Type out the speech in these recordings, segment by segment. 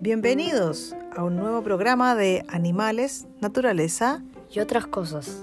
Bienvenidos a un nuevo programa de Animales, Naturaleza. Y otras cosas.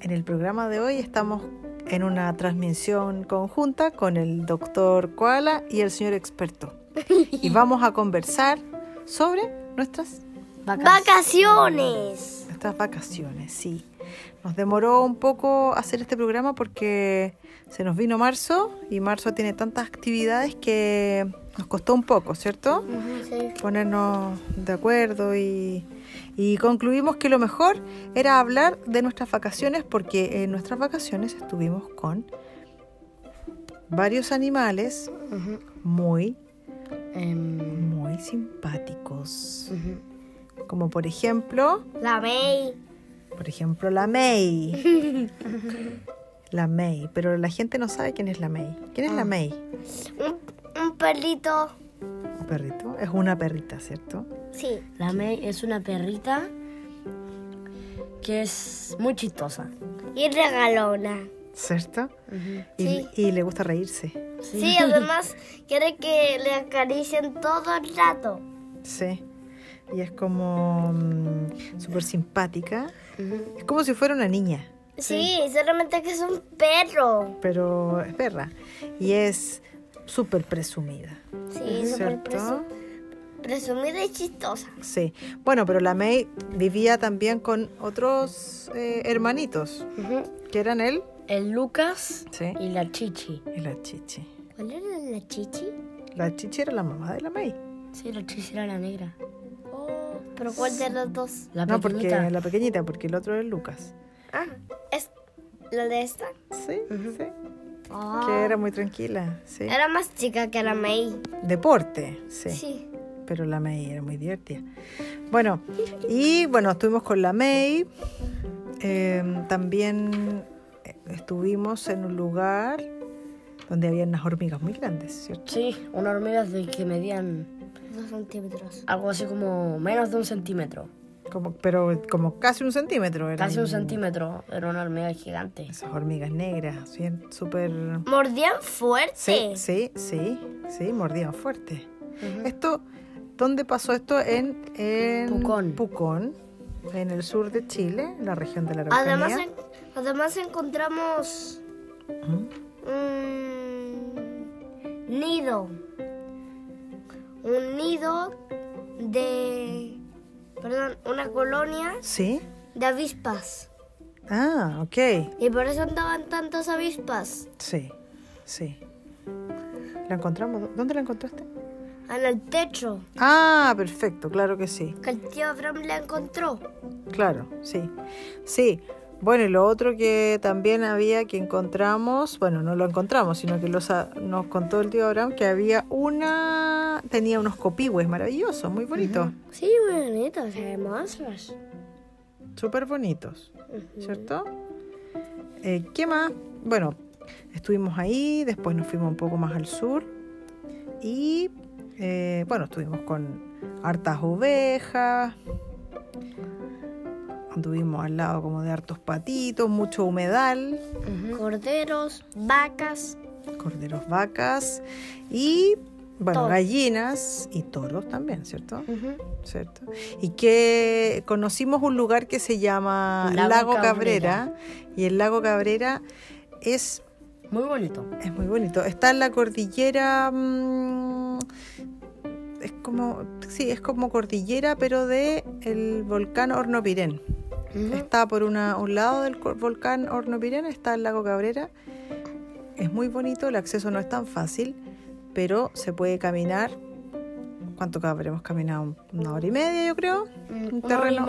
En el programa de hoy estamos en una transmisión conjunta con el doctor Koala y el señor experto. Y vamos a conversar sobre nuestras Vacaciones. nuestras vacaciones, sí. Nos demoró un poco hacer este programa porque se nos vino marzo y marzo tiene tantas actividades que nos costó un poco, ¿cierto? Ponernos de acuerdo y, y concluimos que lo mejor era hablar de nuestras vacaciones porque en nuestras vacaciones estuvimos con varios animales muy, Em, muy simpáticos. ujú. Como por ejemplo... La May. Por ejemplo, la May. La May, pero la gente no sabe quién es la May. ¿Quién es la May? Un, un perrito. Un perrito. Es una perrita, ¿cierto? Sí. La May es una perrita que es muy chistosa. Y regalona. ¿Cierto? Y, Sí. y le gusta reírse. Sí, además quiere que le acaricien todo el rato. Sí. Y es como mm, súper simpática. Ujú. Es como si fuera una niña, Sí, solamente que es un perro. pero es perra. Y es súper presumida. Sí, súper presu- presumida y chistosa. Sí. Bueno, pero la May vivía también con otros eh, hermanitos, Ujú. que eran él. El Lucas Sí. y la Chichi. Y la chichi. ¿Cuál era la chichi? La chichi era la mamá de la May. Sí, la Chichi era la negra. ¿Pero cuál de los dos? La no, porque pequeñita. la pequeñita, porque el otro es Lucas. Ah, es la de esta. Sí, sí. Que era muy tranquila, sí. Ah. Era más chica que la May. Deporte, sí. Sí. Pero la May era muy divertida. Bueno, y bueno, estuvimos con la May. Eh, también eh, estuvimos en un lugar donde había unas hormigas muy grandes, ¿cierto? Sí, unas hormigas de que medían Dos centímetros. algo así como menos de un centímetro. Como, pero como casi un centímetro. eran Casi un centímetro. Era una hormiga gigante. Esas hormigas negras, bien, súper... Mordían fuerte. Sí, sí, sí, sí, mordían fuerte. Esto, ¿dónde pasó esto? En, en Pucón. Pucón, en el sur de Chile, en la región de la Araucanía. Además, en- además encontramos Ujú. un Mm, nido. Un nido de... Perdón, una colonia Sí. de avispas. Ah, ok. Y por eso andaban tantas avispas. Sí, sí. ¿La encontramos? ¿Dónde la encontraste? En el techo. Ah, perfecto, claro que sí. Que el tío Abraham la encontró. Claro, sí. Sí. Bueno, y lo otro que también había que encontramos, bueno, no lo encontramos, sino que los a- nos contó el tío Abraham que había una, tenía unos copigües maravillosos, muy bonitos, Sí, muy bonitos, además. súper bonitos, ¿cierto? Eh, ¿Qué más? Bueno, estuvimos ahí, después nos fuimos un poco más al sur y, eh, bueno, estuvimos con hartas ovejas, anduvimos al lado como de hartos patitos, mucho humedal. Corderos, vacas. corderos, vacas y bueno, gallinas y toros también, ¿cierto? ¿Cierto? Y que conocimos un lugar que se llama Lago, Lago Cabrera. y el Lago Cabrera es Muy bonito. es muy bonito. Está en la cordillera mm, es como sí, es como cordillera pero de el volcán Hornopirén. Está por una, un lado del cor- volcán Hornopirén, está el lago Cabrera. Es muy bonito, el acceso no es tan fácil, pero se puede caminar. ¿Cuánto habremos caminado? Un- Una hora y media, yo creo. Un terreno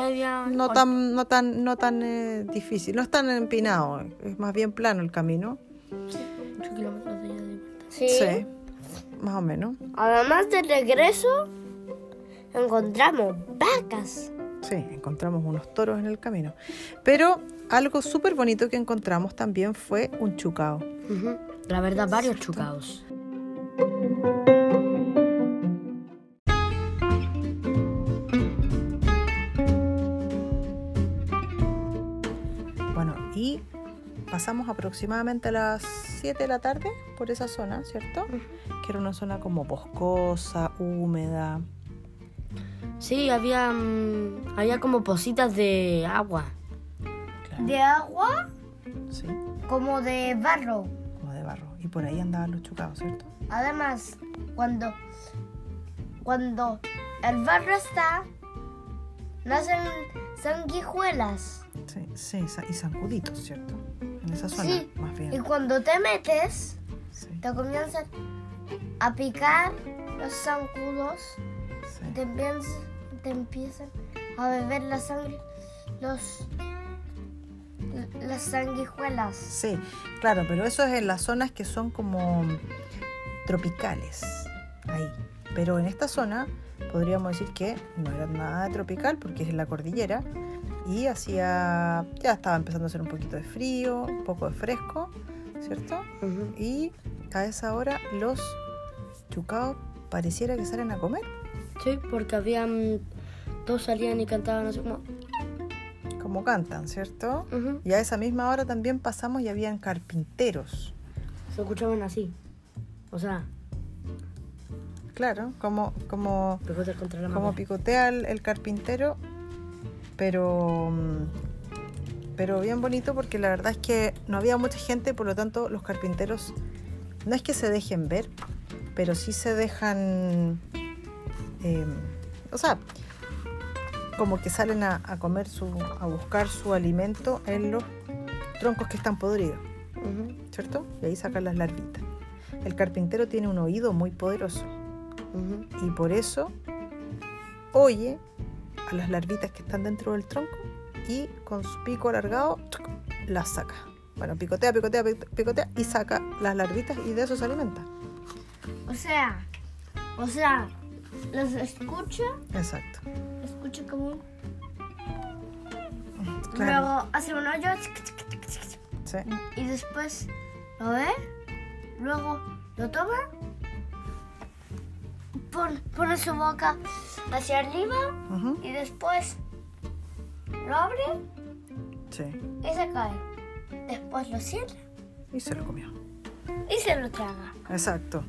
no tan, no tan, no tan eh, difícil, no es tan empinado, es más bien plano el camino. Sí. Sí, más o menos. Además de regreso, encontramos vacas. Sí, encontramos unos toros en el camino. Pero algo súper bonito que encontramos también fue un chucao. Ujú. La verdad, varios chucaos. Bueno, y pasamos aproximadamente a las 7 de la tarde por esa zona, ¿cierto? Que era una zona como boscosa, húmeda. Sí, había, mm, había como pocitas de agua. Claro, De agua sí, como de barro. como de barro. Y por ahí andaban los chucados, ¿cierto? Además, cuando, cuando el barro está, nacen sanguijuelas. Sí, sí, sa- y zancuditos, ¿cierto? En esa zona, Sí, más y bien. cuando te metes, Sí, te comienzan a picar los zancudos sí. y te empiezan, te empiezan a beber la sangre, los, las sanguijuelas. Sí, claro, pero eso es en las zonas que son como tropicales, ahí. Pero en esta zona podríamos decir que no era nada tropical porque es en la cordillera y hacía, ya estaba empezando a hacer un poquito de frío, un poco de fresco, ¿cierto? Y a esa hora los chucaos pareciera que salen a comer, Sí, porque había, mm, todos salían y cantaban así como... como cantan, ¿cierto? ujú. Y a esa misma hora también pasamos y habían carpinteros. Se escuchaban así. O sea, Claro, como, como pegotes contra la como mano. picotea el, el carpintero, pero, mm, pero bien bonito porque la verdad es que no había mucha gente, por lo tanto los carpinteros no es que se dejen ver, pero sí se dejan, eh, o sea, como que salen a, a comer su, a buscar su alimento en los troncos que están podridos. ¿Cierto? Y ahí sacan las larvitas. El carpintero tiene un oído muy poderoso y por eso oye a las larvitas que están dentro del tronco y con su pico alargado ¡tuc! las saca. Bueno, picotea, picotea, pic- picotea y saca las larvitas y de eso se alimenta. O sea, o sea, los escucho, Exacto. escucho como un... Claro. Luego hace un hoyo Sí, y después lo ve, luego lo toma, pon- pone su boca hacia arriba ujú, y después lo abre sí. y se cae. Después lo cierra Y se lo comió. y se lo traga. Exacto.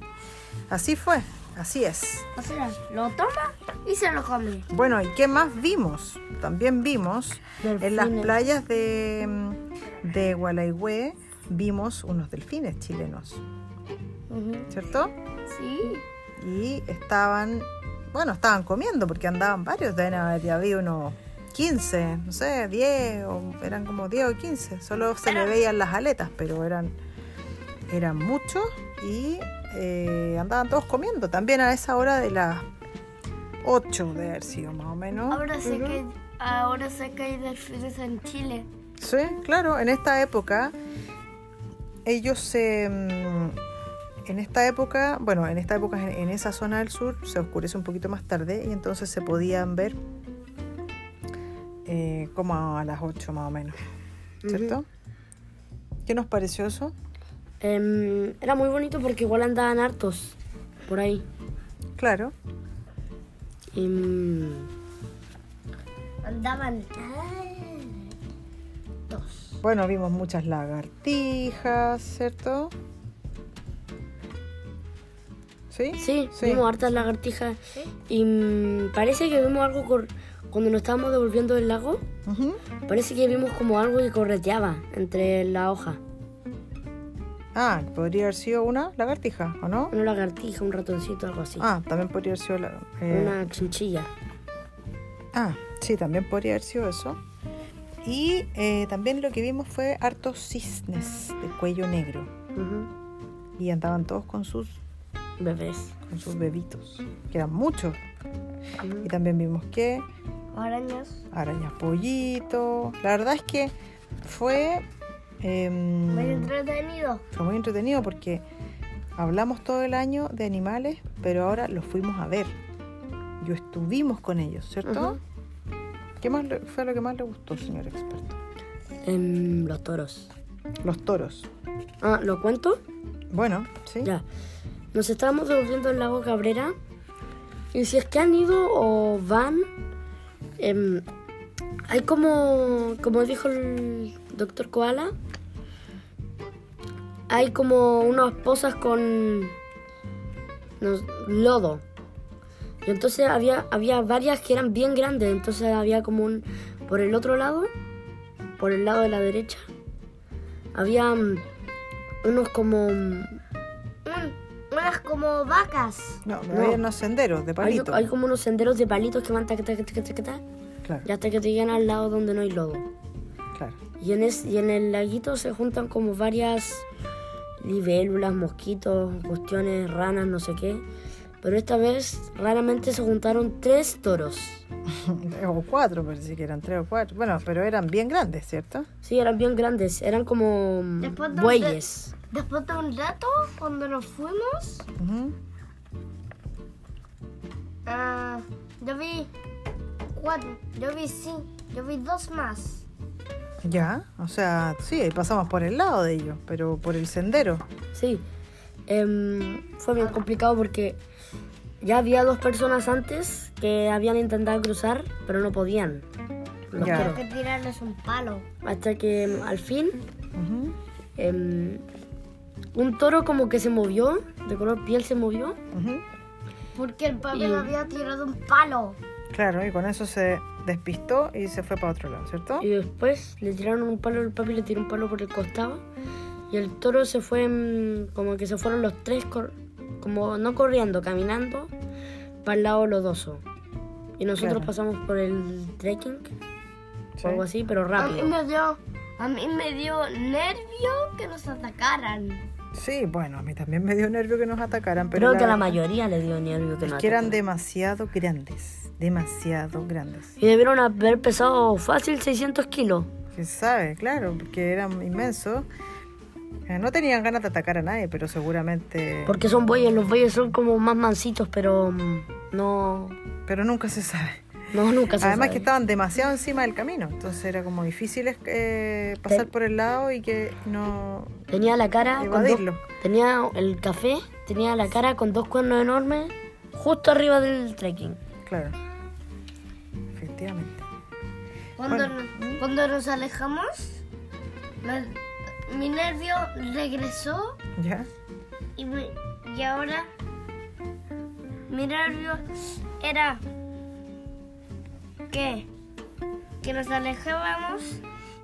Así fue. Así es. O sea, lo toma y se lo come. Bueno, ¿y qué más vimos? También vimos en las Delfines. playas de, mm, de Gualaigüe, vimos unos delfines chilenos, Ujú. ¿cierto? Sí. y estaban, bueno, estaban comiendo porque andaban varios, deben haber, ya había unos 15, no sé, 10, o eran como 10 o 15, solo se le veían las aletas, pero eran, eran muchos y eh, andaban todos comiendo, también a esa hora de las 8 de haber sido más o menos. Ahora sé que ahora sé que hay delfines en Chile. Sí, claro, en esta época ellos se... mm, en esta época, bueno, en esta época en, en esa zona del sur se oscurece un poquito más tarde y entonces se podían ver eh, como a, las 8 más o menos, ¿cierto? ¿Qué nos pareció eso? Em, era muy bonito porque igual andaban hartos por ahí. Claro, Y, mm, Andaban dos. bueno, vimos muchas lagartijas, ¿cierto? ¿Sí? sí, vimos hartas lagartijas. Y mm, parece que vimos algo cor- cuando nos estábamos devolviendo del lago. Ujú. Parece que vimos como algo que correteaba entre la hoja. Ah, podría haber sido una lagartija, ¿o no? Una lagartija, un ratoncito, algo así. Ah, también podría haber sido la- eh, Una chinchilla. Ah, sí, también podría haber sido eso. Y eh, también lo que vimos fue hartos cisnes de cuello negro. Ujú. Y andaban todos con sus, Bebés. con sus bebitos, que eran muchos. Y también vimos que Arañas. arañas pollito. La verdad es que fue, em, Muy entretenido. fue muy entretenido porque hablamos todo el año de animales, pero ahora los fuimos a ver. Yo estuvimos con ellos, ¿cierto? Ujú. ¿Qué más le- fue lo que más le gustó, señor experto? Em, los toros. Los toros. Ah, ¿lo cuento? Bueno, sí. Ya. Nos estábamos devolviendo al lago Cabrera. Y si es que han ido o van, em, hay como, como dijo el doctor Koala, hay como unas pozas con no sé, lodo. Y entonces había, había varias que eran bien grandes. Entonces había como un. Por el otro lado, por el lado de la derecha, había mm, unos como. mm, Mm, unas como vacas. No, pero No. había unos senderos de Ah, Hay, palito. hay como unos senderos de palitos que van tac, tac, tac, tac, tac, Claro, y hasta que te llegan al lado donde no hay lodo. claro. Y en, es- y en el laguito se juntan como varias libélulas, mosquitos, cuestiones, ranas, no sé qué. Pero esta vez raramente se juntaron tres toros. O cuatro, parece que eran tres o cuatro. Bueno, pero eran bien grandes, ¿cierto? Sí, eran bien grandes, eran como mm, Después eh. de- bueyes. Después de un rato, cuando nos fuimos, Ujú. ah, yo vi cuatro, yo vi cinco, yo vi dos más. Ya, o sea, sí, ahí pasamos por el lado de ellos, pero por el sendero. Sí, Em, fue bien complicado porque ya había dos personas antes que habían intentado cruzar, pero no podían. Los Ya. Tengo toros. que tirarles un palo. Hasta que mm, al fin Ujú, em, un toro como que se movió, de color piel se movió. ujú. Porque el papi Y- le había tirado un palo. Claro, y con eso se despistó y se fue para otro lado, ¿cierto? Y después le tiraron un palo, el papi le tiró un palo por el costado. Y el toro se fue, mm, como que se fueron los tres, cor- como no corriendo, caminando, para el lado lodoso. Y nosotros Claro. pasamos por el trekking Sí. o algo así, pero A mí rápido. me dio, a mí me dio nervio que nos atacaran. Sí, bueno, a mí también me dio nervio que nos atacaran, pero Creo que a la verdad mayoría le dio nervio que es no que eran atacara. demasiado grandes, demasiado grandes. Y debieron haber pesado fácil 600 kilos. Se sabe, claro, porque eran inmensos. Eh, No tenían ganas de atacar a nadie, pero seguramente... Porque son bueyes, los bueyes son como más mansitos, pero mm, no, Pero nunca se sabe. no nunca se Además sabe. que estaban demasiado encima del camino, entonces era como difícil eh, pasar por el lado y que no... Tenía la cara con dos- Evadirlo. tenía el café, tenía la cara con dos cuernos enormes justo arriba del trekking. Claro. Efectivamente. Cuando, Bueno. no- cuando nos alejamos, me- mi nervio regresó ¿Ya? y, me- y ahora mi nervio era que, que nos alejábamos,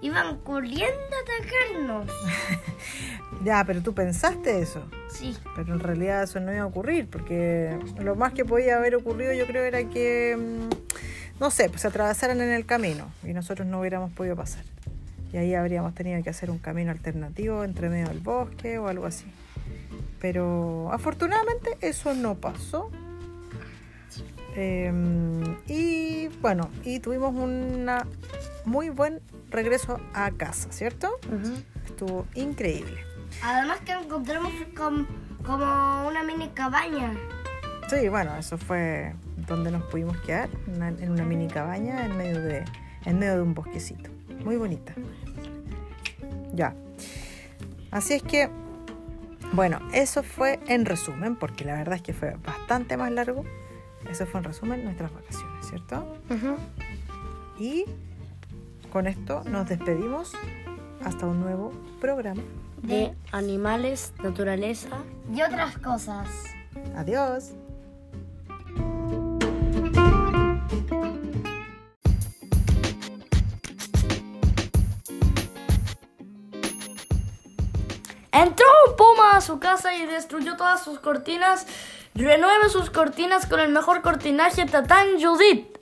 iban corriendo a atacarnos. Ya, pero tú pensaste eso. Sí, Pero en realidad eso no iba a ocurrir, porque lo más que podía haber ocurrido yo creo era que, mm, no sé, pues se atravesaran en el camino y nosotros no hubiéramos podido pasar. Y ahí habríamos tenido que hacer un camino alternativo entre medio del bosque o algo así. Pero afortunadamente eso no pasó. Eh, y bueno, y tuvimos un muy buen regreso a casa, ¿cierto? Estuvo increíble. además que encontramos com- como una mini cabaña. Sí, bueno, eso fue donde nos pudimos quedar, una- en una mini cabaña en medio de, en medio de un bosquecito. Muy bonita. Ya. Así es que, bueno, eso fue en resumen, porque la verdad es que fue bastante más largo. Eso fue en resumen nuestras vacaciones, ¿cierto? Y con esto nos despedimos hasta un nuevo programa. De animales, naturaleza. Y otras cosas. Adiós. Entró un puma a su casa y destruyó todas sus cortinas. Renueve sus cortinas con el mejor cortinaje Tatán Judith.